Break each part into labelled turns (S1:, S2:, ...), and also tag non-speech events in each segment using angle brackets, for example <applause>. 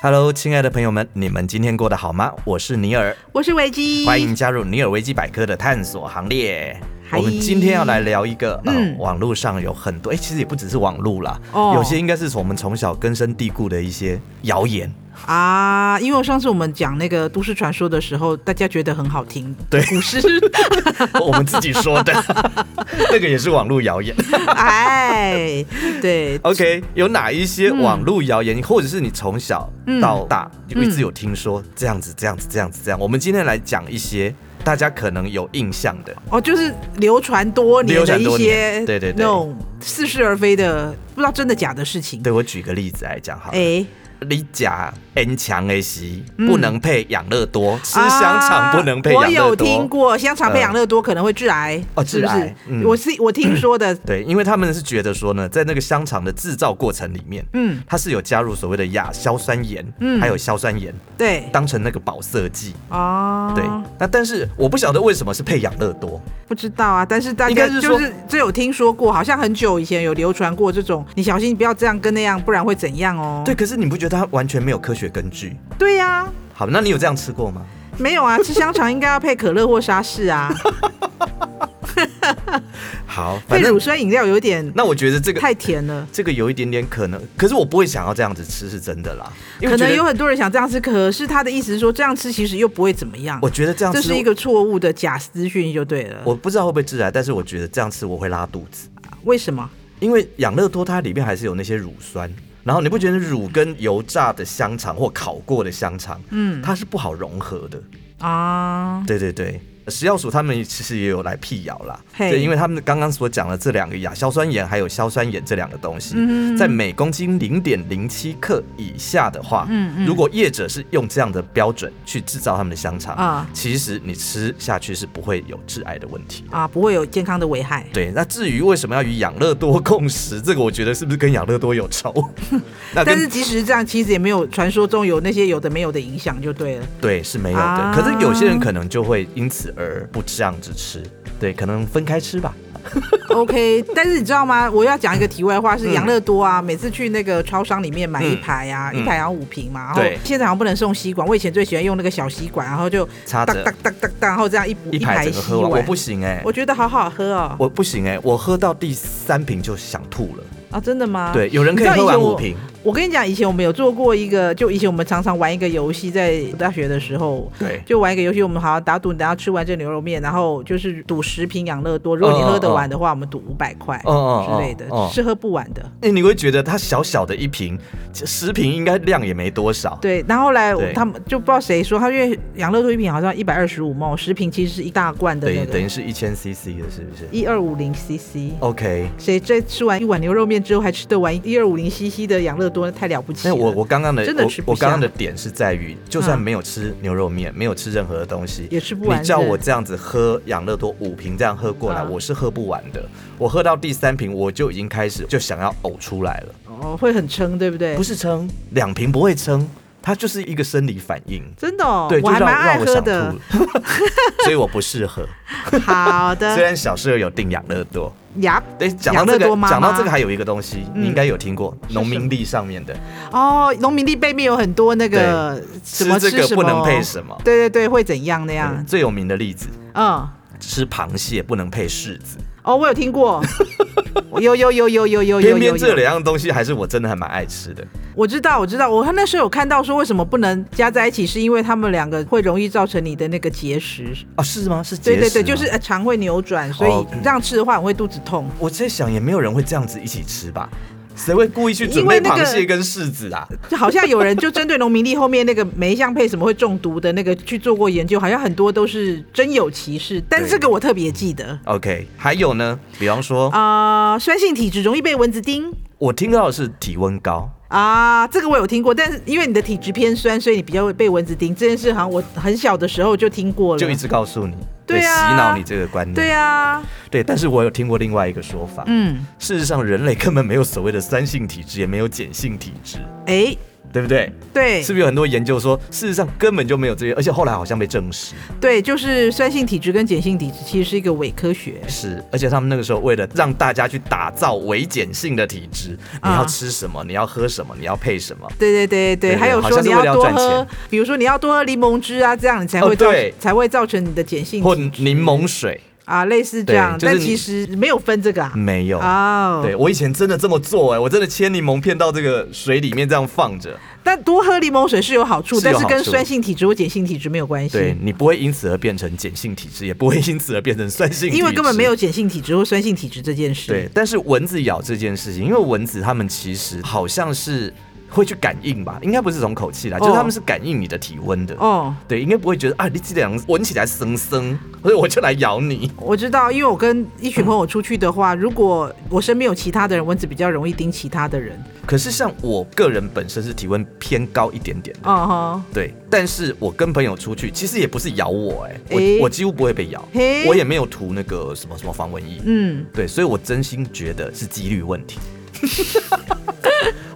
S1: Hello，亲爱的朋友们，你们今天过得好吗？我是尼尔，
S2: 我是维基，
S1: 欢迎加入尼尔维基百科的探索行列。
S2: 嗨
S1: 我们今天要来聊一个，嗯、
S2: 嗯
S1: 网络上有很多，哎、其实也不只是网络啦，
S2: 哦
S1: 有些应该是我们从小根深蒂固的一些谣言。 <laughs>
S2: 啊！因为上次我们讲那个都市传说的时候，大家觉得很好听，
S1: 对 <laughs>
S2: 故事，
S1: 我们自己说的， <laughs> 那个也是网络谣言。 <laughs>
S2: 哎，对，
S1: OK，有哪一些
S2: 嗯
S1: 网络谣言，或者是你从小到大、就一直有听说这样子、这样子、这样子、这样？我们今天来讲一些大家可能有印象的。
S2: 哦，就是流传多年
S1: 流
S2: 的
S1: 传
S2: 一
S1: 多
S2: 些
S1: 年对对对
S2: 那种似是而非的，不知道真的假的事情。
S1: 对我举个例子来讲好了，
S2: 哎，
S1: 你假 N 强 A 席不能配养乐多，吃香肠不能配
S2: 嗯啊我
S1: 养乐
S2: 有
S1: 多。
S2: 听过香肠配养乐多可能会致癌
S1: 哦
S2: 是
S1: 致
S2: 不
S1: 癌
S2: 是？
S1: 嗯
S2: 我是我听说的，
S1: 对，因为他们是觉得说呢，在那个香肠的制造过程里面，
S2: 嗯，
S1: 它是有加入所谓的亚硝酸盐，
S2: 嗯
S1: 还有硝酸盐，
S2: 对
S1: 当成那个保色剂。
S2: 哦，
S1: 对，那但是我不晓得为什么是配养乐多，
S2: 不知道啊，但是大
S1: 应该
S2: 家
S1: 是说
S2: 就是这有听说过，好像很久以前有流传过这种，你小心不要这样跟那样，不然会怎样哦？
S1: 对，可是你不觉得它完全没有科学根据？
S2: 对呀、
S1: 好，那你有这样吃过吗？<laughs>
S2: 没有啊，吃香肠应该要配可乐或沙士啊，
S1: 好，<laughs>
S2: 配
S1: 反正
S2: 乳酸饮料有点
S1: 那我觉得这个
S2: 太甜了。
S1: 这个有一点点可能，可是我不会想要这样子吃，是真的啦。因为
S2: 可能
S1: 觉得
S2: 有很多人想这样吃，可是他的意思是说这样吃其实又不会怎么样
S1: 我，觉得这样吃
S2: 这是一个错误的假资讯就对了。
S1: 我不知道会不会致癌，但是我觉得这样吃我会拉肚子，
S2: 为什么？
S1: 因为养乐多它里面还是有那些乳酸，然后你不觉得乳跟油炸的香肠或烤过的香肠，
S2: 嗯
S1: 它是不好融合的。
S2: 啊，
S1: 对对对。食药署他们其实也有来辟谣啦，
S2: 嘿
S1: 对，因为他们刚刚所讲的这两个亚硝酸盐还有硝酸盐这两个东西，
S2: 嗯
S1: 在每公斤零点零七克以下的话，
S2: 嗯嗯
S1: 如果业者是用这样的标准去制造他们的香肠，
S2: 啊
S1: 其实你吃下去是不会有致癌的问题。
S2: 啊，不会有健康的危害。
S1: 对，那至于为什么要与养乐多共食，这个我觉得是不是跟养乐多有
S2: <laughs>
S1: 仇？那
S2: 但是
S1: 啊跟
S2: 即使这样，其实也没有传说中有那些有的没有的影响就对了。
S1: 对是没有的，
S2: 啊
S1: 可是有些人可能就会因此而不这样子吃，对，可能分开吃吧。
S2: OK，但 <laughs> 是你知道吗？我要讲一个题外话，是养乐多啊，每次去那个超商里面买一排啊，
S1: 嗯嗯
S2: 一排好像五瓶嘛，然后
S1: 对
S2: 现在好像不能送吸管，我以前最喜欢用那个小吸管，然后就
S1: 插着
S2: 哒哒哒哒哒，然后这样一
S1: 一排整个
S2: 吸
S1: 喝完，
S2: 完。
S1: 我不行哎、
S2: 我觉得好好喝哦。
S1: 我不行哎、我喝到第三瓶就想吐了。
S2: 啊，真的吗？
S1: 对，有人可以
S2: 你知
S1: 喝
S2: 道
S1: 完
S2: 以前
S1: 五
S2: 我
S1: 瓶，
S2: 我跟你讲，以前我们有做过一个，就以前我们常常玩一个游戏，在大学的时候，
S1: 对
S2: 就玩一个游戏，我们好像打赌，你等下吃完这牛肉面，然后就是赌十瓶养乐多，
S1: 嗯
S2: 如果你喝得完的话，我们赌五百块
S1: 哦哦哦
S2: 之类的
S1: 哦，
S2: 是喝不完的。
S1: 哎、你会觉得它小小的一瓶，这十瓶应该量也没多少。
S2: 对，然后后来
S1: 对
S2: 他们就不知道谁说，他因为养乐多一瓶好像一百二十五毛，十瓶其实是一大罐的
S1: 等
S2: 那
S1: 于等
S2: 个
S1: 于是一千 CC 的，是不是
S2: 一二五零 CC。
S1: ？OK，
S2: 谁在吃完一碗牛肉面之后还吃得完一二五零 CC 的养乐多，太了不起
S1: 那
S2: 了。
S1: 我我刚刚的
S2: 啊真的
S1: 我
S2: 吃不
S1: 我刚刚
S2: 下
S1: 的点是在于，就算
S2: 嗯
S1: 没有吃牛肉面，没有吃任何的东西，
S2: 也吃不完
S1: 你叫
S2: 是
S1: 我这样子喝养乐多五瓶这样喝过来，
S2: 嗯
S1: 我是喝不完的。我喝到第三瓶，我就已经开始就想要呕出来了。
S2: 哦会很撑，对不对？
S1: 不是撑，两瓶不会撑，它就是一个生理反应。
S2: 真的、哦，
S1: 对，就
S2: 我还
S1: 让
S2: 蛮爱
S1: 让我
S2: 喝
S1: 想
S2: 的。
S1: 吐了， <laughs> 所以我不适
S2: <laughs>
S1: 合。<laughs>
S2: 好
S1: 虽
S2: 的，
S1: 然小时候有订养乐多，
S2: 呀，
S1: 对，讲到
S2: 嗯养乐
S1: 这个
S2: 多妈妈
S1: 讲到这个还有一个东西，
S2: 嗯
S1: 你应该有听过，
S2: 是
S1: 农民历上面的
S2: 哦，农民历背面有很多那个什么
S1: 吃这个
S2: 什么
S1: 不能配什么
S2: 对对对，会怎样那样
S1: 嗯？最有名的例子，
S2: 嗯，
S1: 吃螃蟹不能配柿子。
S2: 哦，我有
S1: <laughs>
S2: 听过，有有有有有哦有有
S1: 偏
S2: 有
S1: 偏这
S2: 有，
S1: 两样东西还是我真的还蛮爱吃的。
S2: 我知道我知道，我那时候有看到说为什么不能加在一起，是因为他们两个会容易造成你的那个结石。
S1: 哦，是吗？是结
S2: 对
S1: 石
S2: 对对，
S1: 吗
S2: 就是呃肠会扭转，所以
S1: 哦
S2: <laughs> 这样吃的话我会肚子痛。
S1: 我在想，也没有人会这样子一起吃吧？谁会故意去准
S2: 因
S1: 备
S2: 为那个
S1: 螃蟹跟柿子啊？
S2: 就好像有人就针对农民历后面那个每一项配什么会中毒的那个去做过研究，好像很多都是真有其事，但是
S1: 对
S2: 这个我特别记得。
S1: OK，还有呢，比方说，
S2: 啊、酸性体质容易被蚊子叮
S1: 我听到的是体温高，
S2: 啊，这个我有听过，但是因为你的体质偏酸，所以你比较会被蚊子叮。这件事好像我很小的时候就听过了，
S1: 就一直告诉你，
S2: 对啊
S1: 洗脑你这个观念。
S2: 对啊，
S1: 对但是我有听过另外一个说法，
S2: 嗯，
S1: 事实上人类根本没有所谓的酸性体质，也没有碱性体质。
S2: 哎，
S1: 对不对？
S2: 对
S1: 是不是有很多研究说，事实上根本就没有这些，而且后来好像被证实
S2: 对，就是酸性体质跟碱性体质其实是一个伪科学。
S1: 是，而且他们那个时候为了让大家去打造微碱性的体质，你要
S2: 啊
S1: 吃什么，你要喝什么，你要配什么。
S2: 对对对对，
S1: 对
S2: 还有
S1: 好
S2: 说
S1: 像
S2: 你
S1: 是为了要
S2: 多
S1: 赚
S2: 喝
S1: 钱，
S2: 比如说你要多喝柠檬汁啊，这样你才
S1: 哦
S2: 会造、
S1: 对
S2: 才会造成你的碱性
S1: 或
S2: 体质
S1: 柠檬水
S2: 啊，类似这
S1: 对
S2: 样。
S1: 就是
S2: 但
S1: 你
S2: 其实没有分这个啊。
S1: 没有
S2: 哦，
S1: 对，我以前真的这么做哎、我真的切柠檬片到这个水里面这样放着，
S2: 但多喝柠檬水是有好处，
S1: 是有
S2: 但是
S1: 好
S2: 跟
S1: 处
S2: 酸性体质或碱性体质没有关系。
S1: 对你不会因此而变成碱性体质，也不会因此而变成酸性体质，
S2: 因为根本没有碱性体质或酸性体质这件事。
S1: 对。但是蚊子咬这件事情，因为蚊子它们其实好像是会去感应吧，应该不是从口气来，就是
S2: 哦
S1: 它们是感应你的体温的。
S2: 哦，
S1: 对，应该不会觉得啊，你这两闻起来生生，所以我就来咬你。
S2: 我知道，因为我跟一群朋友出去的话，如果我身边有其他的人，蚊子比较容易叮其他的人。
S1: 可是像我个人本身是体温偏高一点点的，
S2: 哦哈，
S1: 对，但是我跟朋友出去，其实也不是咬我、哎、
S2: 诶
S1: 我我几乎不会被咬，
S2: 嘿
S1: 我也没有涂那个什么什么防蚊液，
S2: 嗯，
S1: 对，所以我真心觉得是几率问题，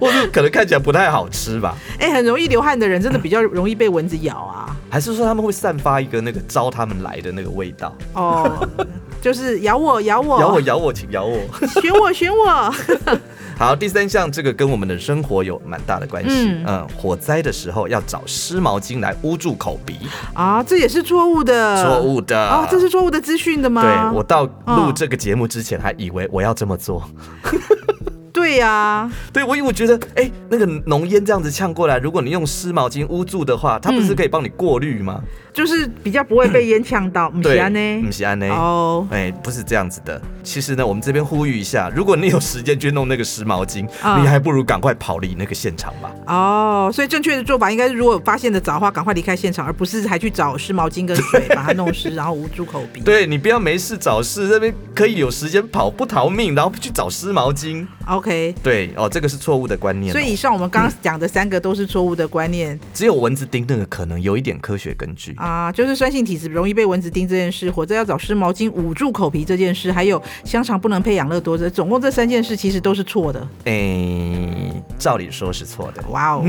S1: 或是可能看起来不太好吃吧，
S2: 哎、很容易流汗的人真的比较容易被蚊子咬啊。
S1: 还是说他们会散发一个那个招他们来的那个味道，
S2: 哦， <laughs> 就是咬我，咬我，
S1: 咬我，咬我，请咬我。
S2: 选我，选我。 <laughs>
S1: 好，第三项这个跟我们的生活有蛮大的关系，嗯
S2: 嗯
S1: 火灾的时候要找湿毛巾来捂住口鼻，
S2: 啊，这也是错误的，
S1: 错误的
S2: 啊，这是错误的资讯的吗？
S1: 对我到录
S2: 嗯
S1: 这个节目之前还以为我要这么做。
S2: 对呀、
S1: 对，我因为我觉得，哎、那个浓烟这样子呛过来，如果你用湿毛巾捂住的话，它不
S2: 嗯
S1: 是可以帮你过滤吗？
S2: 就是比较不会被烟呛到，不
S1: 对，
S2: 是安呢
S1: 不？是安呢。
S2: 哦，
S1: 哎、不是这样子的。其实呢，我们这边呼吁一下，如果你有时间去弄那个湿毛巾，
S2: 啊
S1: 你还不如赶快跑离那个现场吧。
S2: 哦，所以正确的做法应该是，如果发现的早的话，赶快离开现场，而不是还去找湿毛巾跟水把它弄湿，然后捂住口鼻。
S1: 对你不要没事找事，这边可以有时间跑不逃命，然后去找湿毛巾。
S2: ，OK。
S1: 对哦，这个是错误的观念哦、
S2: 所以以上我们刚刚讲的三个都是错误的观念
S1: 只有蚊子叮那个可能有一点科学根据。
S2: 啊、就是酸性体质容易被蚊子叮这件事，或者要找湿毛巾捂住口鼻这件事，还有香肠不能配养乐多，这总共这三件事其实都是错的。
S1: 哎、照理说是错的。
S2: 哇
S1: <laughs>
S2: 哦，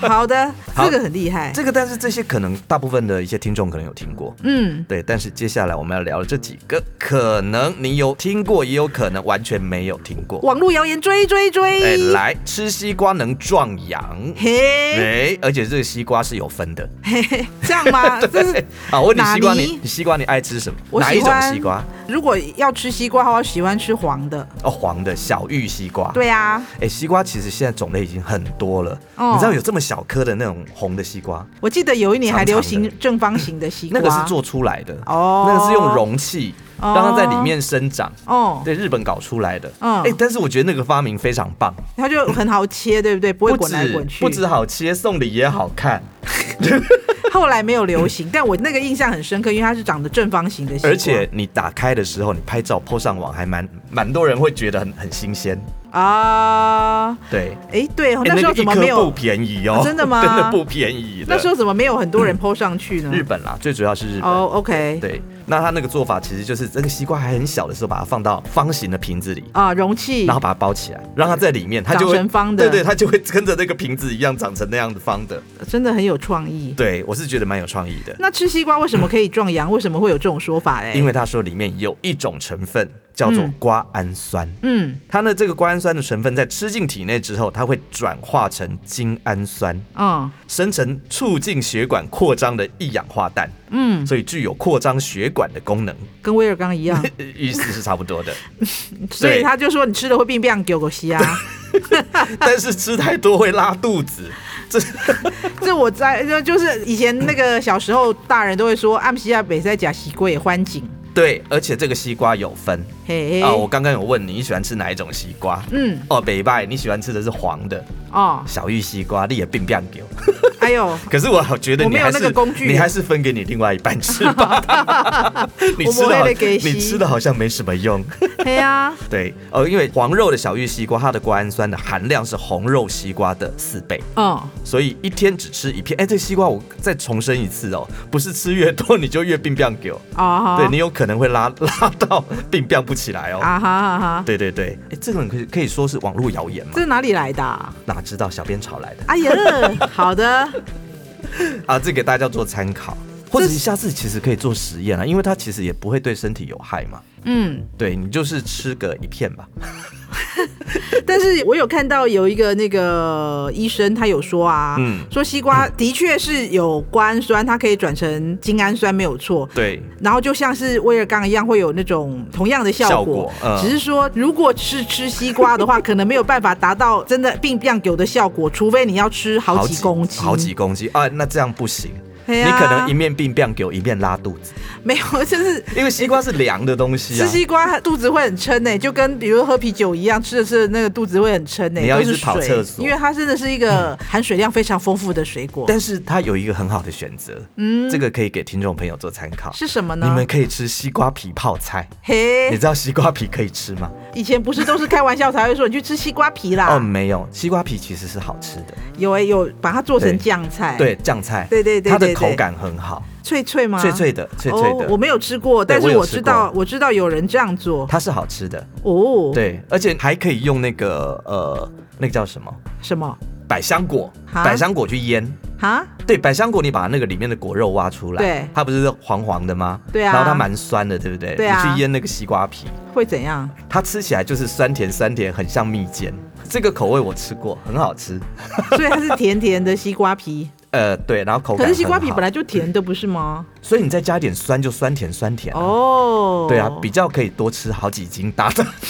S2: 好的，
S1: 好
S2: 这个很厉害。
S1: 这个，但是这些可能大部分的一些听众可能有听过，
S2: 嗯，
S1: 对。但是接下来我们要聊的这几个，可能你有听过，也有可能完全没有听过。
S2: 网络谣言追追追，
S1: 哎，来吃西瓜能壮阳，
S2: 嘿，
S1: 哎，而且这个西瓜是有分
S2: <laughs>
S1: 的。
S2: 这样
S1: <laughs>
S2: 吗？这是
S1: 好，我问你，
S2: 哪
S1: 西瓜
S2: 里
S1: 你你西瓜你爱吃什么？
S2: 我
S1: 哪
S2: 喜
S1: 一种
S2: 欢
S1: 西瓜？
S2: 如果要吃西瓜的话，我喜欢吃黄的。
S1: 哦，黄的小玉西瓜。。
S2: 对啊，
S1: 哎，西瓜其实现在种类已经很多了，
S2: 哦
S1: 你知道有这么小颗的那种红的西瓜，
S2: 我记得有一年还流
S1: 长长
S2: 行正方形的西瓜，
S1: 那个是做出来的，
S2: 哦
S1: 那个是用容器让
S2: 哦
S1: 它在里面生长，
S2: 哦，
S1: 对，日本搞出来的。
S2: 嗯
S1: 哎，但是我觉得那个发明非常棒，
S2: 它就很好切，对不对？不会
S1: 不
S2: 滚来滚
S1: 止
S2: 去。嗯
S1: 不止好切，送礼也好看，
S2: 后来没有流行，但我那个印象很深刻，因为它是长得正方形的西瓜，
S1: 而且你打开的时候，你拍照 po 上网，还蛮蛮多人会觉得很很新鲜。
S2: 啊，
S1: 对，
S2: 哎，对哦，
S1: 哎
S2: 那时候怎么
S1: 那
S2: 没
S1: 个一颗不？
S2: 有
S1: 便宜哦？
S2: 啊真的
S1: <laughs>
S2: 吗
S1: 真的不便宜的。
S2: 那时候怎么没有很多人 PO 上去呢？
S1: 嗯日本啦，最主要是日本。
S2: 哦，OK，
S1: 对，那他那个做法其实就是这个西瓜还很小的时候，把它放到方形的瓶子里。
S2: 啊，容器
S1: 然后把它包起来，让它在里面，它就会
S2: 长成方的
S1: 对对，它就会跟着那个瓶子一样长成那样的方的。
S2: 真的很有创意。
S1: 对我是觉得蛮有创意的，
S2: 那吃西瓜为什么可以壮阳？为什么会有这种说法？哎，
S1: 因为他说里面有一种成分叫做
S2: 嗯
S1: 瓜氨酸，
S2: 嗯
S1: 它呢这个瓜氨酸的成分在吃进体内之后，它会转化成精氨酸，
S2: 嗯
S1: 生成促进血管扩张的一氧化氮，
S2: 嗯，啊
S1: 所以具有扩张血管的功能，
S2: 跟威尔
S1: <laughs>
S2: 刚一样。
S1: 呃意思是差不多的。
S2: 所以他就说你吃了会变变狗狗西啊。
S1: 但是吃太多会拉肚子，这
S2: <laughs> 这我在就就是以前那个小时候，大人都会说啊暗西亚北塞甲西龟欢景，
S1: 对，而且这个西瓜有分
S2: 嘿嘿。
S1: 啊、我刚刚有问你，你喜欢吃哪一种西瓜？
S2: 嗯
S1: 哦，北拜你喜欢吃的是黄的
S2: 哦，
S1: 小玉西瓜，你也并不给我。
S2: 哎呦，
S1: <laughs> 可是我觉得
S2: 我
S1: 你
S2: 没有
S1: 还是
S2: 那个工具
S1: 你还是分给你另外一半吃吧。 <laughs> 你吃
S2: <laughs>
S1: 的
S2: 我不
S1: 好，
S2: 会给
S1: 你
S2: 吸
S1: 吃的好像没什么用。
S2: 嘿啊呀、
S1: 对，呃，因为黄肉的小玉西瓜，它的瓜氨酸的含量是红肉西瓜的四倍，
S2: 啊，
S1: 所以一天只吃一片。哎，这西瓜我再重申一次哦，不是吃越多你就越病病给我。 <laughs>
S2: 嗯哦，
S1: 对你有可能会拉拉到病病不不起来哦。
S2: 啊哈啊哈，
S1: 对对对，哎，这种可以可以说是网络谣言嘛？
S2: 这哪里来的、啊？
S1: 哪知道小编炒来
S2: <laughs>
S1: 的
S2: 哎呀，
S1: <laughs>
S2: 好的，
S1: 啊？这给大家做参考，或者是下次其实可以做实验啊，因为它其实也不会对身体有害嘛。
S2: 嗯，
S1: 对你就是吃个一片吧。
S2: 但是我有看到有一个那个医生，他有说啊，
S1: 嗯
S2: 说西瓜的确是有瓜酸，它可以转成精氨酸，没有错。
S1: 对，
S2: 然后就像是威尔刚一样，会有那种同样的效
S1: 效
S2: 果，
S1: 果嗯
S2: 只是说如果是吃西瓜的话，可能没有办法达到真的病变有的效果，除非你要吃好几公斤，
S1: 好几公斤啊，那这样不行。
S2: 哎
S1: 你
S2: 呀，
S1: 可能一面病病给我一面拉肚子，
S2: 没有，就是
S1: 因为西瓜是凉的东西
S2: 吃
S1: 啊，
S2: 西瓜肚子会很撑呢、欸就跟比如喝啤酒一样，吃着吃着那个肚子会很撑呢、欸
S1: 你要一
S2: 都
S1: 直
S2: 是
S1: 跑
S2: 水
S1: 厕所嗯
S2: 因为它真的是一个含水量非常丰富的水果。
S1: 但是它有一个很好的选择，嗯，这个可以给听众朋友做参考。
S2: 是什么呢？
S1: 你们可以吃西瓜皮泡菜，你
S2: 嘿，
S1: 知道西瓜皮可以吃吗？
S2: 以前不是都是开玩笑才会说你去吃西瓜皮啦？
S1: 哦，没有，西瓜皮其实是好吃的，
S2: 有哎、有把它做成
S1: 对
S2: 酱菜，
S1: 对，酱菜，
S2: 哎对对对
S1: 它的
S2: 对对
S1: 口感很好，
S2: 脆脆吗？
S1: 脆脆的，脆脆
S2: 哦，我
S1: 的，
S2: 没有吃过，
S1: 对
S2: 但是
S1: 我有
S2: 我
S1: 吃
S2: 知道我知道有人这样做
S1: 它是好吃的，
S2: 哦。，
S1: 对，而且还可以用那个呃，那个叫什么
S2: 什么
S1: 百香果，
S2: 哈
S1: 百香果去腌，
S2: 啊？
S1: 对，百香果你把那个里面的果肉挖出来，
S2: 对
S1: 它不是黄黄的吗？
S2: 对啊
S1: 然后它蛮酸的，对不对？
S2: 对啊
S1: 你去腌那个西瓜皮，
S2: 会
S1: <laughs>
S2: 怎样？
S1: 它吃起来就是酸甜酸甜，很像蜜饯。这个口味我吃过，很好吃。
S2: 所以它是甜甜的西瓜皮，
S1: 呃，对，然后口感
S2: 可是西瓜皮
S1: 很好
S2: 本来就甜的，不是吗？
S1: 所以你再加一点酸，就酸甜酸甜、哦，
S2: 哦，
S1: 对啊，比较可以多吃好几斤，达到 <laughs>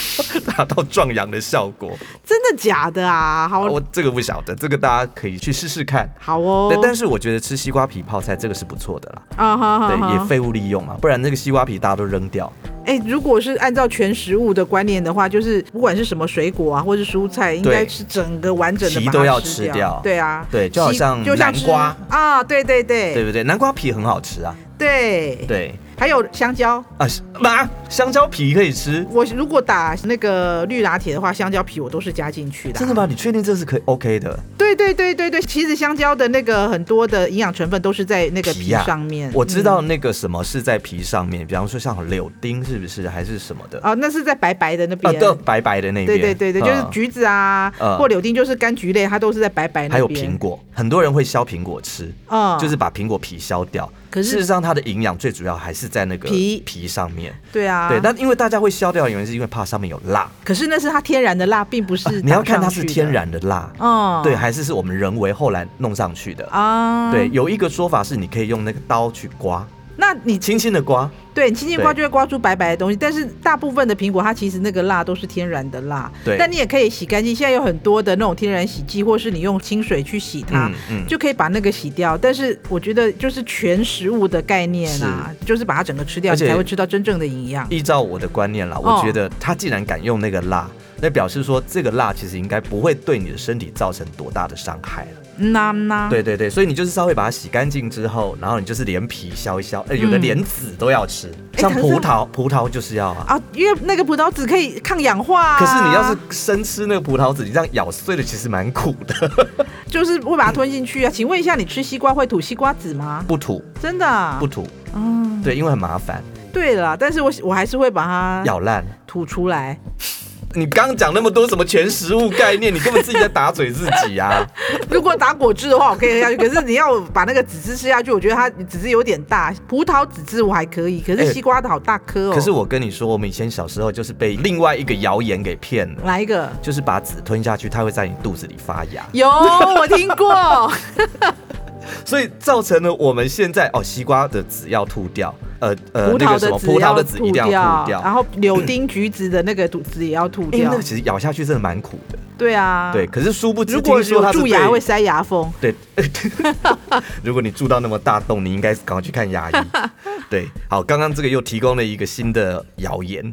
S1: 达到壮阳的效果。
S2: 真的假的啊？好，
S1: 哦我这个不晓得，这个大家可以去试试看。
S2: 好哦
S1: 对，，但是我觉得吃西瓜皮泡菜这个是不错的啦，
S2: 啊哈哈
S1: 对，也
S2: 哈。
S1: 废物利用嘛，啊不然那个西瓜皮大家都扔掉。
S2: 哎，如果是按照全食物的观念的话，就是不管是什么水果啊，或是蔬菜，应该吃整个完整的
S1: 皮
S2: 把它
S1: 都要
S2: 吃
S1: 吃掉
S2: 对啊，
S1: 对就好
S2: 西
S1: 像
S2: 就像
S1: 南
S2: 吃
S1: 瓜
S2: 啊，对对
S1: 对
S2: 对
S1: 不对？南瓜皮很好吃啊，
S2: 对，
S1: 对
S2: 还有香蕉。
S1: 啊，是妈，香蕉皮可以吃，
S2: 我如果打那个绿拿铁的话，香蕉皮我都是加进去的、啊
S1: 真的？吗？你确定这是可以 OK 的？
S2: 对对对对对，其实香蕉的那个很多的营养成分都是在那个皮
S1: 呀
S2: 上面。
S1: 啊我知
S2: 嗯
S1: 道那个什么是在皮上面，比方说像柳丁是不是，还是什么的？啊，
S2: 哦、那是在白白的那边。
S1: 对，白白的那
S2: 对
S1: 边，
S2: 对对对，就是
S1: 嗯
S2: 橘子啊，
S1: 嗯
S2: 或柳丁，就是柑橘类，它都是在白白那
S1: 还
S2: 边。
S1: 有苹，果，很多人会削苹果吃，
S2: 嗯，
S1: 就是把苹果皮削掉。
S2: 可是
S1: 事实上，它的营养最主要还是在那个
S2: 皮
S1: 皮上面。
S2: 对啊，
S1: 对，但因为大家会削掉，原因是因为怕上面有辣。
S2: 可是那是它天然的辣，并不是、
S1: 啊你要看它是天，然的辣，
S2: 嗯，
S1: 对，还是是我们人为后来弄上去的。
S2: 啊，
S1: 对，，有一个说法是，你可以用那个刀去刮，
S2: 那你
S1: 轻轻的刮。
S2: 对你轻轻刮
S1: 对
S2: 就会刮出白白的东西，但是大部分的苹果它其实那个辣都是天然的辣，
S1: 对
S2: 但你也可以洗干净，现在有很多的那种天然洗剂，或是你用清水去洗它。
S1: 嗯嗯，
S2: 就可以把那个洗掉，但是我觉得就是全食物的概念啊，就是把它整个吃掉，
S1: 而
S2: 你
S1: 且
S2: 才会吃到真正的营养。
S1: 依照我的观念啦，我
S2: 哦
S1: 觉得他既然敢用那个辣，那表示说这个辣其实应该不会对你的身体造成多大的伤害了。
S2: 嗯呐嗯呐，
S1: 对对对，所以你就是稍微把它洗干净之后，然后你就是连皮削一削，哎、有的
S2: 嗯
S1: 连籽都要吃，
S2: 哎
S1: 像
S2: 可是
S1: 葡萄，葡萄就是要啊。
S2: 啊，因为那个葡萄籽可以抗氧化、啊。
S1: 可是你要是生吃那个葡萄籽，你这样咬碎了，其实蛮苦的， <laughs>
S2: 就是会把它吞进去啊？请问一下，你吃西瓜会吐西瓜籽吗？
S1: 不吐
S2: 真的、啊？
S1: 不吐，
S2: 嗯，
S1: 对，因为很麻烦，
S2: 对了，但是我我还是会把它
S1: 咬烂。
S2: 吐出来。
S1: 你刚刚讲那么多什么全食物概念，你根本自己在打嘴自己
S2: <laughs>
S1: 啊！
S2: 如果打果汁的话，我可以喝
S1: <laughs>
S2: 下去。可是你要把那个籽汁吃下去，我觉得它籽汁有点大。葡萄籽汁我还可以，可
S1: 哎
S2: 是西瓜的好大颗哦。
S1: 可是我跟你说，我们以前小时候就是被另外一个谣言给骗了。
S2: 来一个。
S1: 就是把籽吞下去，它会在你肚子里发芽，
S2: 有，我听过。
S1: 所以造成了我们现在哦，西瓜的籽要吐掉，呃 <laughs> 呃，
S2: 葡
S1: 那
S2: 萄
S1: 个什
S2: 的
S1: 么
S2: 籽
S1: 葡萄
S2: 要
S1: 的籽一定要吐掉，
S2: 然后柳丁、橘子的那个吐籽也要吐
S1: <laughs> 因为那
S2: 掉
S1: 个。其实咬下去真的蛮苦的，
S2: 对啊，
S1: 对。，可是殊不知，
S2: 如果
S1: 听说
S2: 有
S1: 它是
S2: 蛀
S1: 对
S2: 牙会塞牙缝。
S1: 对， <laughs> 如果你蛀到那么大洞，你应该赶快去看牙医。对，好，刚刚这个又提供了一个新的谣言，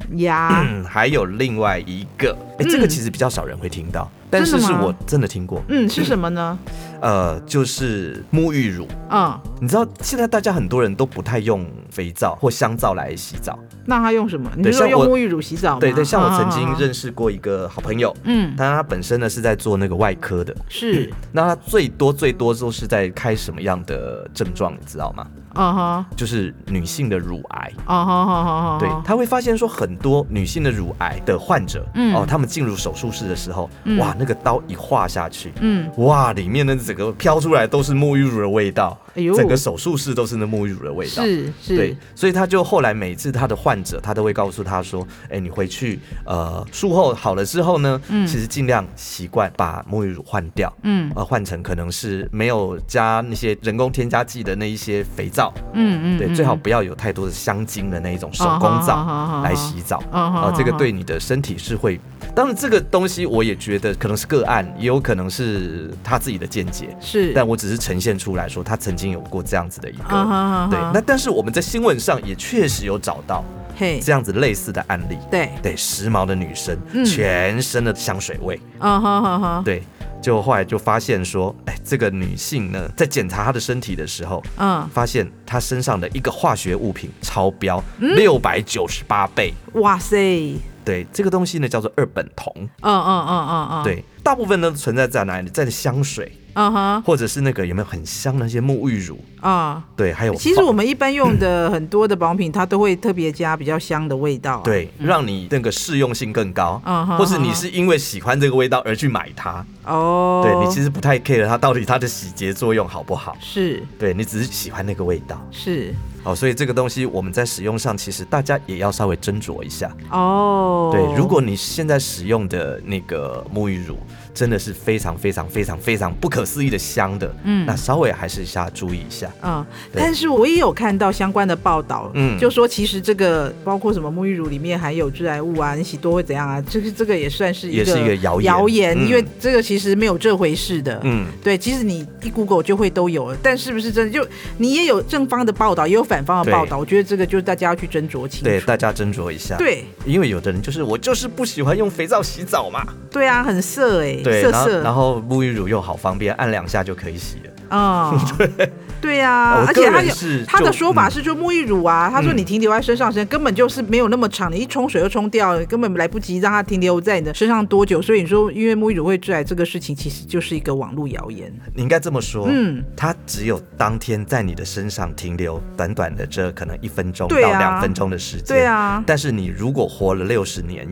S1: <laughs>
S2: 呀，嗯
S1: 嗯，还有另外一个，哎，这个其实比较少人会听到，但是
S2: 真的
S1: 是
S2: 吗
S1: 我真的听过，
S2: 嗯，是什么呢？
S1: 呃，就是沐浴乳。
S2: 嗯，
S1: 你知道现在大家很多人都不太用肥皂或香皂来洗澡，
S2: 那他用什么？你
S1: 对
S2: 是说
S1: 像
S2: 用
S1: 我
S2: 沐浴乳洗澡吗？
S1: 对对，像我曾
S2: 啊
S1: 经
S2: 啊啊
S1: 认识过一个好朋友，
S2: 嗯
S1: 但他本身呢是在做那个外科的，
S2: 是，
S1: 那他最多最多都是在开什么样的症状，你知道吗？
S2: 嗯哼，
S1: 就是女性的乳癌。
S2: 哦好好好好，
S1: 对，他会发现说很多女性的乳癌的患者，
S2: 嗯
S1: 哦，他们进入手术室的时候，
S2: 嗯
S1: 哇，那个刀一划下去，
S2: 嗯，
S1: 哇，里面的整个飘出来都是沐浴乳的味道，
S2: 哎呦
S1: 整个手术室都是那沐浴乳的味道。
S2: 是
S1: 对
S2: 是，，
S1: 所以他就后来每次他的患者，他都会告诉他说：“哎、你回去，呃，术后好了之后呢，
S2: 嗯
S1: 其实尽量习惯把沐浴乳换掉，
S2: 嗯
S1: 呃，换成可能是没有加那些人工添加剂的那一些肥皂，
S2: 嗯嗯，
S1: 对，
S2: 嗯
S1: 最好不要有太多的香精的那一种手
S2: 哦
S1: 工
S2: 好好好
S1: 皂
S2: 好
S1: 来洗澡，
S2: 哦好
S1: 啊
S2: 好，
S1: 这个
S2: 好
S1: 对你的身体是会。当然，这个东西我也觉得可能是个案，也有可能是他自己的见解，
S2: 是，
S1: 但我只是呈现出来说他曾经有过这样子的一
S2: 啊
S1: 个。
S2: 哈
S1: 对，那但是我们在新闻上也确实有找到
S2: 嘿，
S1: 这样子类似的案例，
S2: 对，
S1: 对，时髦的女生
S2: 嗯
S1: 全身的香水味，
S2: 啊哈哈哈，
S1: 对，就后来就发现说，哎，这个女性呢，在检查她的身体的时候，
S2: 嗯，
S1: 发现她身上的一个化学物品超标
S2: 嗯
S1: 六百九十八倍。
S2: 哇塞，嗯
S1: 对，这个东西呢叫做二苯酮。
S2: 嗯嗯嗯嗯，，
S1: 对，大部分呢存在在哪里？在香水，
S2: 嗯哼，
S1: 或者是那个有没有很香的那些沐浴乳？
S2: 啊。
S1: 对，还有
S2: 其实
S1: 保
S2: 我们一般用的很多的保养品，它都会特别加比较香的味道、啊。，
S1: 对，让你那个适用性更高，
S2: 嗯哼
S1: 或是你
S2: 哼
S1: 是因为喜欢这个味道而去买它。
S2: 哦，
S1: 对你其实不太 care 它到底它的洗洁作用好不好，
S2: 是
S1: 对你只是喜欢那个味道。
S2: 是
S1: 好，所以这个东西我们在使用上，其实大家也要稍微斟酌一下。
S2: 哦，
S1: 对，如果你现在使用的那个沐浴乳真的是非常非常非常非常不可思议的香的，
S2: 嗯
S1: 那稍微还是下注意一下。
S2: 嗯，
S1: 对
S2: 但是我也有看到相关的报道，
S1: 嗯
S2: 就说其实这个包括什么沐浴乳里面含有致癌物啊，你洗多会怎样啊？就是这个也算是一
S1: 也
S2: 个
S1: 是一个谣言
S2: 谣言，
S1: 嗯
S2: 因为这个其实没有这回事的。
S1: 嗯，
S2: 对，其实你一 Google 就会都有了，但是不是真的？就你也有正方的报道，也有反方的报道，我觉得这个就是大家要去斟酌清楚。
S1: 对，大家斟酌一下。，
S2: 对
S1: 因为有的人就是我就是不喜欢用肥皂洗澡嘛，
S2: 对啊，很色哎、
S1: 对，
S2: 色
S1: 然后
S2: 色，
S1: 然后沐浴乳又好方便，按两下就可以洗了。 <laughs>
S2: 嗯，对对啊
S1: 我，
S2: 而
S1: 个
S2: 且
S1: 人
S2: 他有
S1: 是
S2: 他的
S1: 就
S2: 说法
S1: 嗯
S2: 是说沐浴乳啊，他说
S1: 嗯
S2: 你停留在身上时间根本就是没有那么长，你一冲水就冲掉，根本来不及让它停留在你的身上多久。所以你说因为沐浴乳会致癌这个事情，其实就是一个网络谣言。
S1: 你应该这么说，
S2: 嗯，
S1: 它只有当天在你的身上停留短短的这可能一分钟到
S2: 对啊
S1: 两分钟的时间，
S2: 对啊嗯
S1: 但是你如果活了六十年，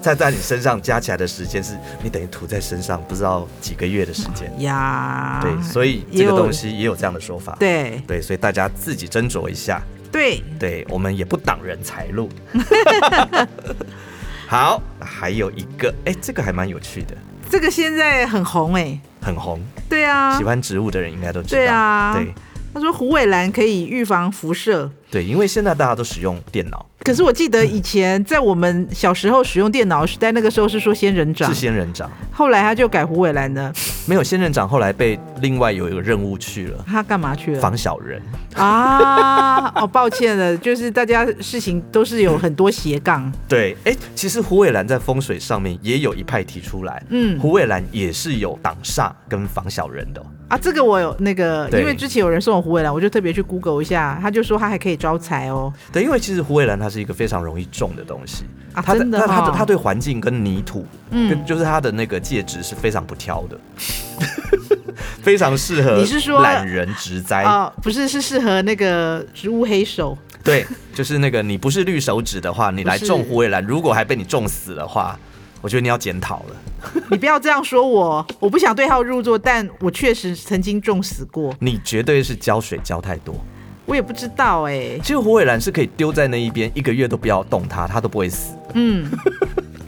S1: 再在你身上加起来的时间是，你等于涂在身上不知道几个月的时间。
S2: 呀，
S1: 对，所以
S2: 嗯啊也
S1: 这个
S2: 有
S1: 东西也有这样的说法。
S2: 对
S1: 对，所以大家自己斟酌一下。
S2: 对，
S1: 对我们也不挡人财路。好，还有一个，哎、这个还蛮有趣的，
S2: 这个现在很红哎、
S1: 很红，
S2: 对啊
S1: 喜，欢植物的人应该都知道。
S2: 对啊
S1: 对
S2: 他说虎尾兰可以预防辐射。
S1: 对，因为现在大家都使用电脑，
S2: 可是我记得以前在我们小时候使用电脑的时代，那个时候是说仙人掌
S1: 是，仙人掌，
S2: 后来他就改虎尾兰了。
S1: 没有仙人掌，后来被另外有一个任务去了，
S2: 他干嘛去了？
S1: 防小人。
S2: 啊，哦，抱歉了，就是大家事情都是有很多斜杠，
S1: 对，哎，其实胡伟兰在风水上面也有一派提出来，
S2: 嗯
S1: 胡伟兰也是有挡煞跟防小人的哦、
S2: 啊，这个我有那个，
S1: 对
S2: 因为之前有人送我虎尾兰，我就特别去 Google 一下，他就说他还可以招财哦，
S1: 对，因为其实胡伟兰它是一个非常容易中的东西，
S2: 啊
S1: 它
S2: 真的
S1: 它它它
S2: 哦
S1: 它对环境跟泥土，
S2: 嗯
S1: 跟就是它的那个介质是非常不挑的， <laughs> 非常适合
S2: 你是说
S1: 懒人植栽？
S2: 啊，不是，是适合那个植物黑手， <laughs>
S1: 对，就是那个你不是绿手指的话，你来
S2: 不是
S1: 种胡伟兰，如果还被你种死的话，我觉得你要检讨了。
S2: 你不要这样说我，我不想对号入座，但我确实曾经中死过，
S1: 你绝对是浇水浇太多。
S2: 我也不知道哎、
S1: 其实胡伟兰是可以丢在那一边，一个月都不要动它，它都不会死。
S2: 嗯。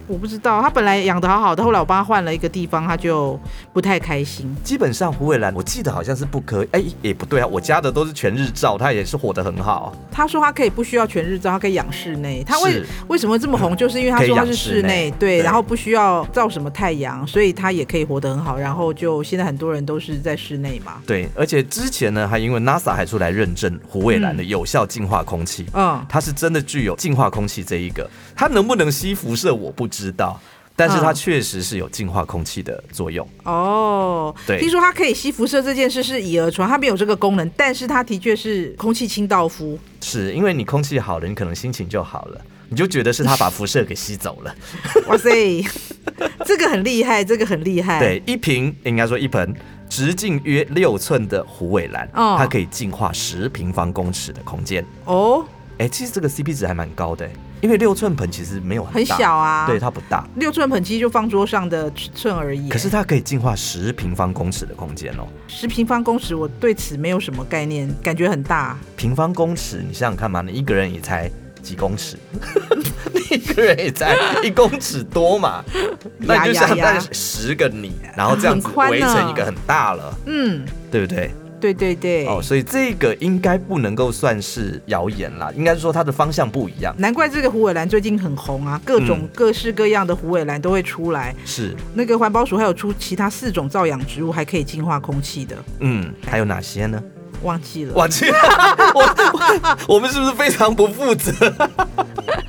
S2: 我不知道，他本来养的好好的，后来我帮他换了一个地方，他就不太开心。
S1: 基本上胡伟兰，我记得好像是不可以，哎、也不对啊，我家的都是全日照，它也是活得很好啊。
S2: 他说他可以不需要全日照，他可以养室内。他为
S1: 是
S2: 为什么这么红，就是因为他说他是室
S1: 可以养室
S2: 内
S1: 内，
S2: 对，
S1: 对
S2: 然后不需要照什么太阳，所以他也可以活得很好。然后就现在很多人都是在室内嘛，
S1: 对，而且之前呢，还因为 NASA 还出来认证胡伟兰的有效净化空气，
S2: 嗯，
S1: 它是真的具有净化空气这一个，它能不能吸辐射我不知道。但是它
S2: 嗯
S1: 确实是有净化空气的作用。
S2: 哦，
S1: 对
S2: 听说它可以吸辐射这件事是以讹传，它没有这个功能，但是它的确是空气清
S1: <laughs>
S2: 道夫。
S1: 是因为你空气好了，你可能心情就好了，你就觉得是它把辐射给吸走了。
S2: 哇塞，这个很厉害，这个很厉害。，
S1: 对，一瓶应该说一盆直径约六寸的虎尾兰，
S2: 哦
S1: 它可以净化十平方公尺的空间。
S2: 哦，
S1: 哎、其实这个 CP 值还蛮高的、因为六寸盆其实没有很
S2: 很
S1: 大
S2: 小啊
S1: 对，它不大，
S2: 六寸盆其实就放桌上的尺寸而已。
S1: 可是它可以净化十平方公尺的空间哦。
S2: 十平方公尺，我对此没有什么概念，感觉很大。
S1: 平方公尺，你想想看嘛，你一个人也才几公尺， <laughs> 你一个人也才一公尺多嘛，那你就
S2: 呀呀
S1: 想
S2: 呀
S1: 带十个你，然后这样子
S2: 很宽
S1: 围
S2: 呢
S1: 成一个很大了，
S2: 嗯，
S1: 对不对？
S2: 对对对。
S1: 哦，所以这个应该不能够算是谣言啦，应该是说它的方向不一样。
S2: 难怪这个虎尾兰最近很红啊，各种
S1: 嗯
S2: 各式各样的虎尾兰都会出来。
S1: 是，
S2: 那个环保署还有出其他四种造氧植物，还可以净化空气的，
S1: 嗯，还有哪些呢？
S2: 忘记了。
S1: <laughs> 我去，我我我们是不是非常不负责？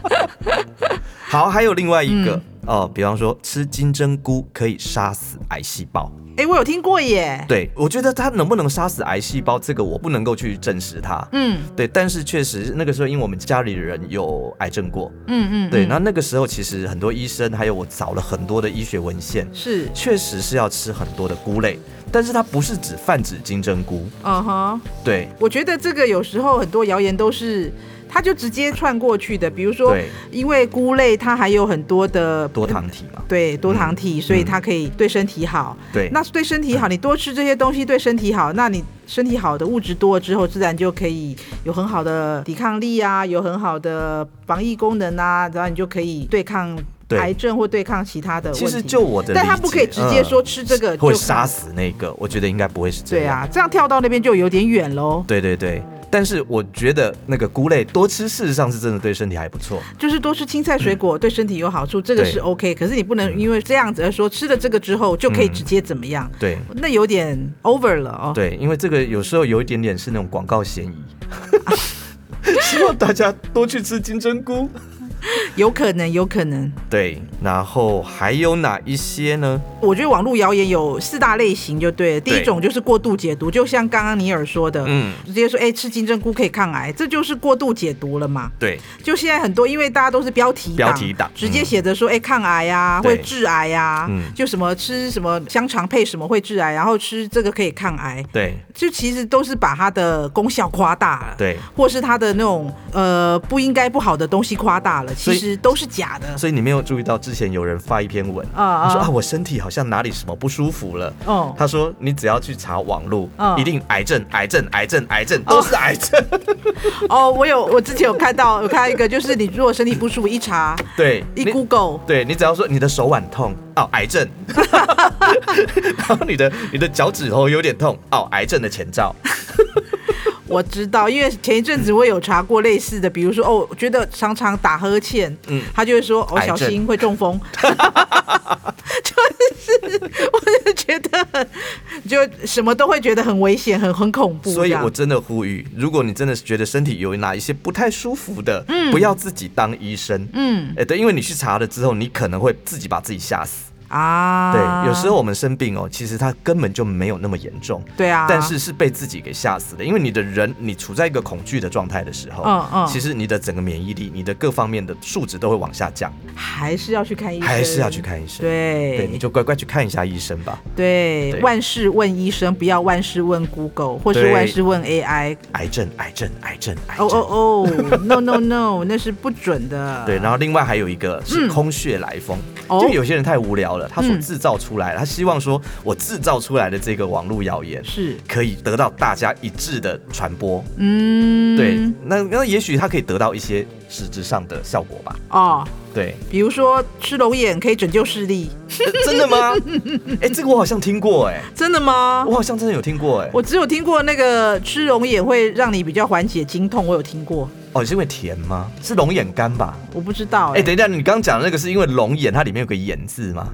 S1: <laughs> 好，还有另外一个、
S2: 嗯
S1: 哦，比方说吃金针菇可以杀死癌细胞。
S2: 哎、我有听过耶。
S1: 对，我觉得它能不能杀死癌细胞，这个我不能够去证实它。
S2: 嗯
S1: 对，但是确实那个时候，因为我们家里人有癌症过，
S2: 嗯嗯，
S1: 对，
S2: 嗯
S1: 那那个时候其实很多医生还有我找了很多的医学文献，
S2: 是，
S1: 确实是要吃很多的菇类，但是它不是只泛指金针菇，
S2: 嗯哼，
S1: 对
S2: 我觉得这个有时候很多谣言都是。它就直接串过去的，比如说
S1: 对，
S2: 因为菇类它还有很多的
S1: 多糖体嘛，
S2: 对多糖体，所以它可以对身体好。
S1: 嗯对，
S2: 那对身体好，你多吃这些东西对身体好，那你身体好的物质多了之后，自然就可以有很好的抵抗力啊，有很好的防疫功能啊，然后你就可以对抗
S1: 对
S2: 癌症或对抗其他的问题。
S1: 其实就我的理解，
S2: 但它不可以直接说吃这个
S1: 嗯会
S2: 就
S1: 杀死那个，我觉得应该不会是这
S2: 对
S1: 样。
S2: 啊，嗯这样跳到那边就有点远喽，
S1: 对对对但是我觉得那个菇类多吃，事实上是真的对身体还不错。
S2: 就是多吃青菜水果对身体有好处，这个
S1: 嗯对嗯
S2: 是 OK。可是你不能因为这样子而说吃了这个之后就可以直接怎么样，
S1: 对
S2: 那有点 over 了哦。
S1: 对，因为这个有时候有一点点是那种广告
S2: <laughs>
S1: 嫌疑。希望大家多去吃金针
S2: <laughs>
S1: 菇。
S2: 有可能，有可能。
S1: 对，然后还有哪一些呢？
S2: 我觉得网络谣言有四大类型就对了，第
S1: 对
S2: 一种就是过度解读，就像刚刚尼尔说的，
S1: 嗯，
S2: 直接说哎、吃金针菇可以抗癌，这就是过度解读了嘛。
S1: 对，
S2: 就现在很多，因为大家都是标题党
S1: 标题党
S2: 直接写着说，哎、抗癌呀、啊，
S1: 对
S2: 会致癌呀、啊，
S1: 嗯
S2: 就什么吃什么香肠配什么会致癌，啊然后吃这个可以抗癌，
S1: 对，
S2: 就其实都是把它的功效夸大了，，
S1: 对。
S2: 或是它的那种呃不应该不好的东西夸大了，
S1: 所
S2: 其
S1: 以
S2: 实都是假的。
S1: 所以你没有注意到之前有人发一篇文，
S2: 啊啊
S1: 他说啊，我身体好像哪里什么不舒服了。
S2: 哦
S1: 他说你只要去查网络，
S2: 嗯
S1: 一定癌症、癌症、癌症、癌症都是癌
S2: <laughs>
S1: 症。
S2: 哦，我有，我之前有看到，有看到一个，就是你如果身体不舒服，一查
S1: 对，
S2: 一
S1: 你
S2: Google，
S1: 对你只要说你的手腕痛，哦，癌症； <laughs> 然后你的你的脚趾头有点痛，哦，癌症的前兆。
S2: 我知道，因为前一阵子我有查过类似的，比如说哦，我觉得常常打呵欠，
S1: 嗯
S2: 嗯，他就会说哦，
S1: 癌症
S2: 小心会中
S1: <laughs>
S2: 风，就是我就觉得很就什么都会觉得很危险，很很恐怖这
S1: 所以
S2: 样，
S1: 我真的呼吁，如果你真的是觉得身体有哪一些不太舒服的，不要自己当医生。
S2: 嗯
S1: 哎，对，因为你去查了之后，你可能会自己把自己吓死。
S2: 啊，
S1: 对，有时候我们生病哦，其实它根本就没有那么严重。
S2: 对啊，
S1: 但是是被自己给吓死的，因为你的人，你处在一个恐惧的状态的时候，
S2: 嗯嗯
S1: 其实你的整个免疫力、你的各方面的数值都会往下降，
S2: 还是要去看医生，
S1: 还是要去。看医生。
S2: 对，
S1: 对，你就乖乖去看一下医生吧。
S2: 对
S1: 对
S2: 万事问医生，不要万事问 Google 或是
S1: 对
S2: 万事问 AI，
S1: 癌症，癌症，癌症，癌
S2: 哦
S1: 症。
S2: 哦哦 <laughs> ，no no no，那是不准的。
S1: 对，然后另外还有一个是空穴来风，
S2: 嗯哦
S1: 就有些人太无聊了，他所
S2: 嗯
S1: 制造出来，他希望说我制造出来的这个网络谣言
S2: 是，
S1: 可以得到大家一致的传播。
S2: 嗯，
S1: 对，那那也许他可以得到一些实质上的效果吧。
S2: 哦， <laughs>
S1: 对，
S2: 比如说吃龙眼可以拯救视力，
S1: 呃真的吗？哎、这个我好像听过、哎，
S2: 真的吗
S1: 我？好像真的有听过、哎，
S2: 我只有听过那个吃龙眼会让你比较缓解经痛，我有听过，
S1: 哦，是因为甜吗？是龙眼干吧？
S2: 我不知道、
S1: 哎、
S2: 欸。
S1: 等一下，你刚刚讲的那个是因为龙眼它里面有个眼字吗？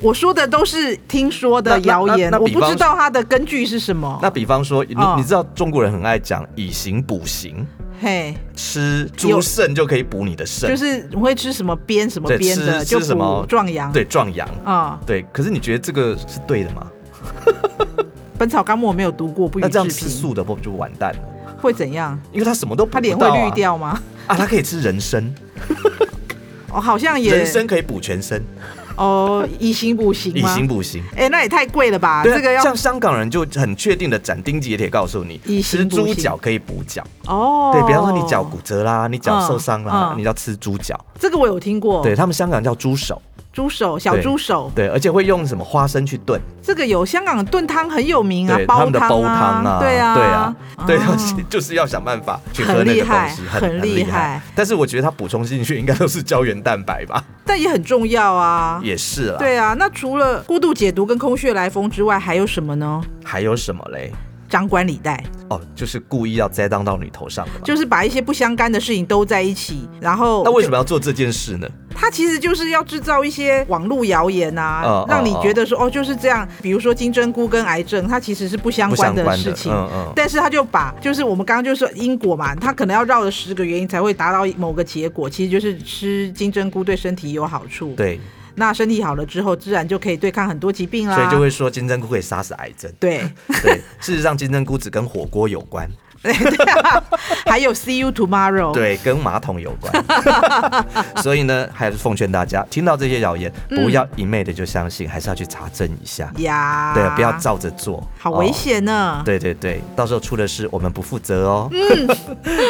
S2: 我说的都是听说的
S1: 那那
S2: 谣言，
S1: 那那
S2: 我
S1: 比
S2: 不
S1: 方
S2: 知道它的根据是什么。
S1: 那比方说，你、
S2: 哦
S1: 你知道中国人很爱讲以形补形，
S2: 嘿，
S1: 吃猪肾就可以补你的肾，
S2: 就是你会吃什么鞭什么鞭的，
S1: 对吃
S2: 就
S1: 吃什么
S2: 补壮阳。
S1: 对壮阳，
S2: 啊，《
S1: 对。可是你觉得这个是对的吗？
S2: 本草纲目》我没有读过，不予
S1: 那这
S2: 置
S1: 样吃
S2: 评。
S1: 素的不就完蛋了？
S2: 会怎样？
S1: 因为他什么都补
S2: 他脸
S1: 不
S2: 会
S1: 到
S2: 绿
S1: 啊！
S2: 掉吗？
S1: 啊，他可以吃人参，
S2: 哦，好像 <laughs> 也
S1: 人参可以补全身，
S2: 哦，以形补形
S1: 以
S2: 吗？
S1: 形补形。
S2: 哎，那也太贵了吧？
S1: 对啊
S2: 这个要
S1: 像香港人就很确定的斩钉截铁告诉你
S2: 以，
S1: 吃
S2: 形补
S1: 猪
S2: 形
S1: 脚可以补脚。
S2: 哦，
S1: 对，比方说你脚骨，折啦，你脚受伤啦，
S2: 嗯嗯哦
S1: 你要吃猪脚。
S2: 这个我有听过。
S1: 对，他们香港叫猪手，
S2: 猪手小
S1: 对
S2: 猪手，
S1: 对，而且会用什么花生去炖，
S2: 这个有香港炖汤很有名啊
S1: 对，，他
S2: 煲
S1: 们的煲
S2: 汤
S1: 汤啊，
S2: 对啊，
S1: 对啊，对 <laughs> 啊，
S2: 哦
S1: 就是要想办法去喝
S2: 很
S1: 那
S2: 厉
S1: 个东
S2: 害
S1: 西，
S2: 很
S1: 很
S2: 厉
S1: 厉
S2: 害
S1: 害。但是我觉得它补充进去应该都是胶原蛋白吧，
S2: 但也很重要啊。
S1: 也是啦。
S2: 对啊，那除了过度解毒跟空穴来风之外，还有什么呢？
S1: 还有什么嘞？
S2: 张冠李戴，
S1: 哦，就是故意要栽赃到你头上的嘛。
S2: 就是把一些不相干的事情都在一起，然后
S1: 那为什么要做这件事呢？
S2: 他其实就是要制造一些网络谣言啊，
S1: 嗯
S2: 让你
S1: 嗯
S2: 觉得说哦就是这样。比如说金针菇跟癌症，它其实是不相
S1: 不
S2: 关
S1: 相
S2: 的
S1: 关
S2: 事
S1: 的，
S2: 情。
S1: 嗯嗯，
S2: 但是他就把，就是我们刚刚就说因果嘛，他可能要绕了十个原因才会达到某个结果，其实就是吃金针菇对身体有好处。，
S1: 对，
S2: 那身体好了之后，自然就可以对啊抗很多疾病啦。
S1: 所以就会说金针菇可以杀死癌症。 <laughs>
S2: 对，
S1: 对，事实上金针菇只跟火锅有关，
S2: <laughs> 还有 See you tomorrow。
S1: 对，跟马桶有关。
S2: <laughs>
S1: 所以呢，还是奉劝大家，听到这些谣言，不要一昧的就相信，还是要去查证一下。
S2: 嗯呀，
S1: 对，不要照着做，
S2: 好危
S1: 哦
S2: 险啊呢。
S1: 对对对，到时候出了事我们不负责哦。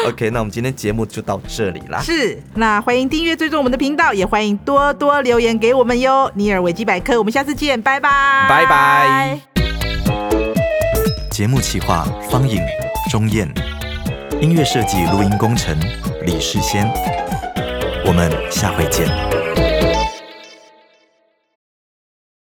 S1: OK，那我们 <laughs> 今天节目就到这里啦。
S2: 嗯是，那欢迎订阅追踪我们的频道，也欢迎多多留言给我们哟。尼尔维基百科，我们下次见，拜拜，
S1: 拜拜。节目企划：方颖、钟燕，音乐设计、录音工程：李世先。我们下回见。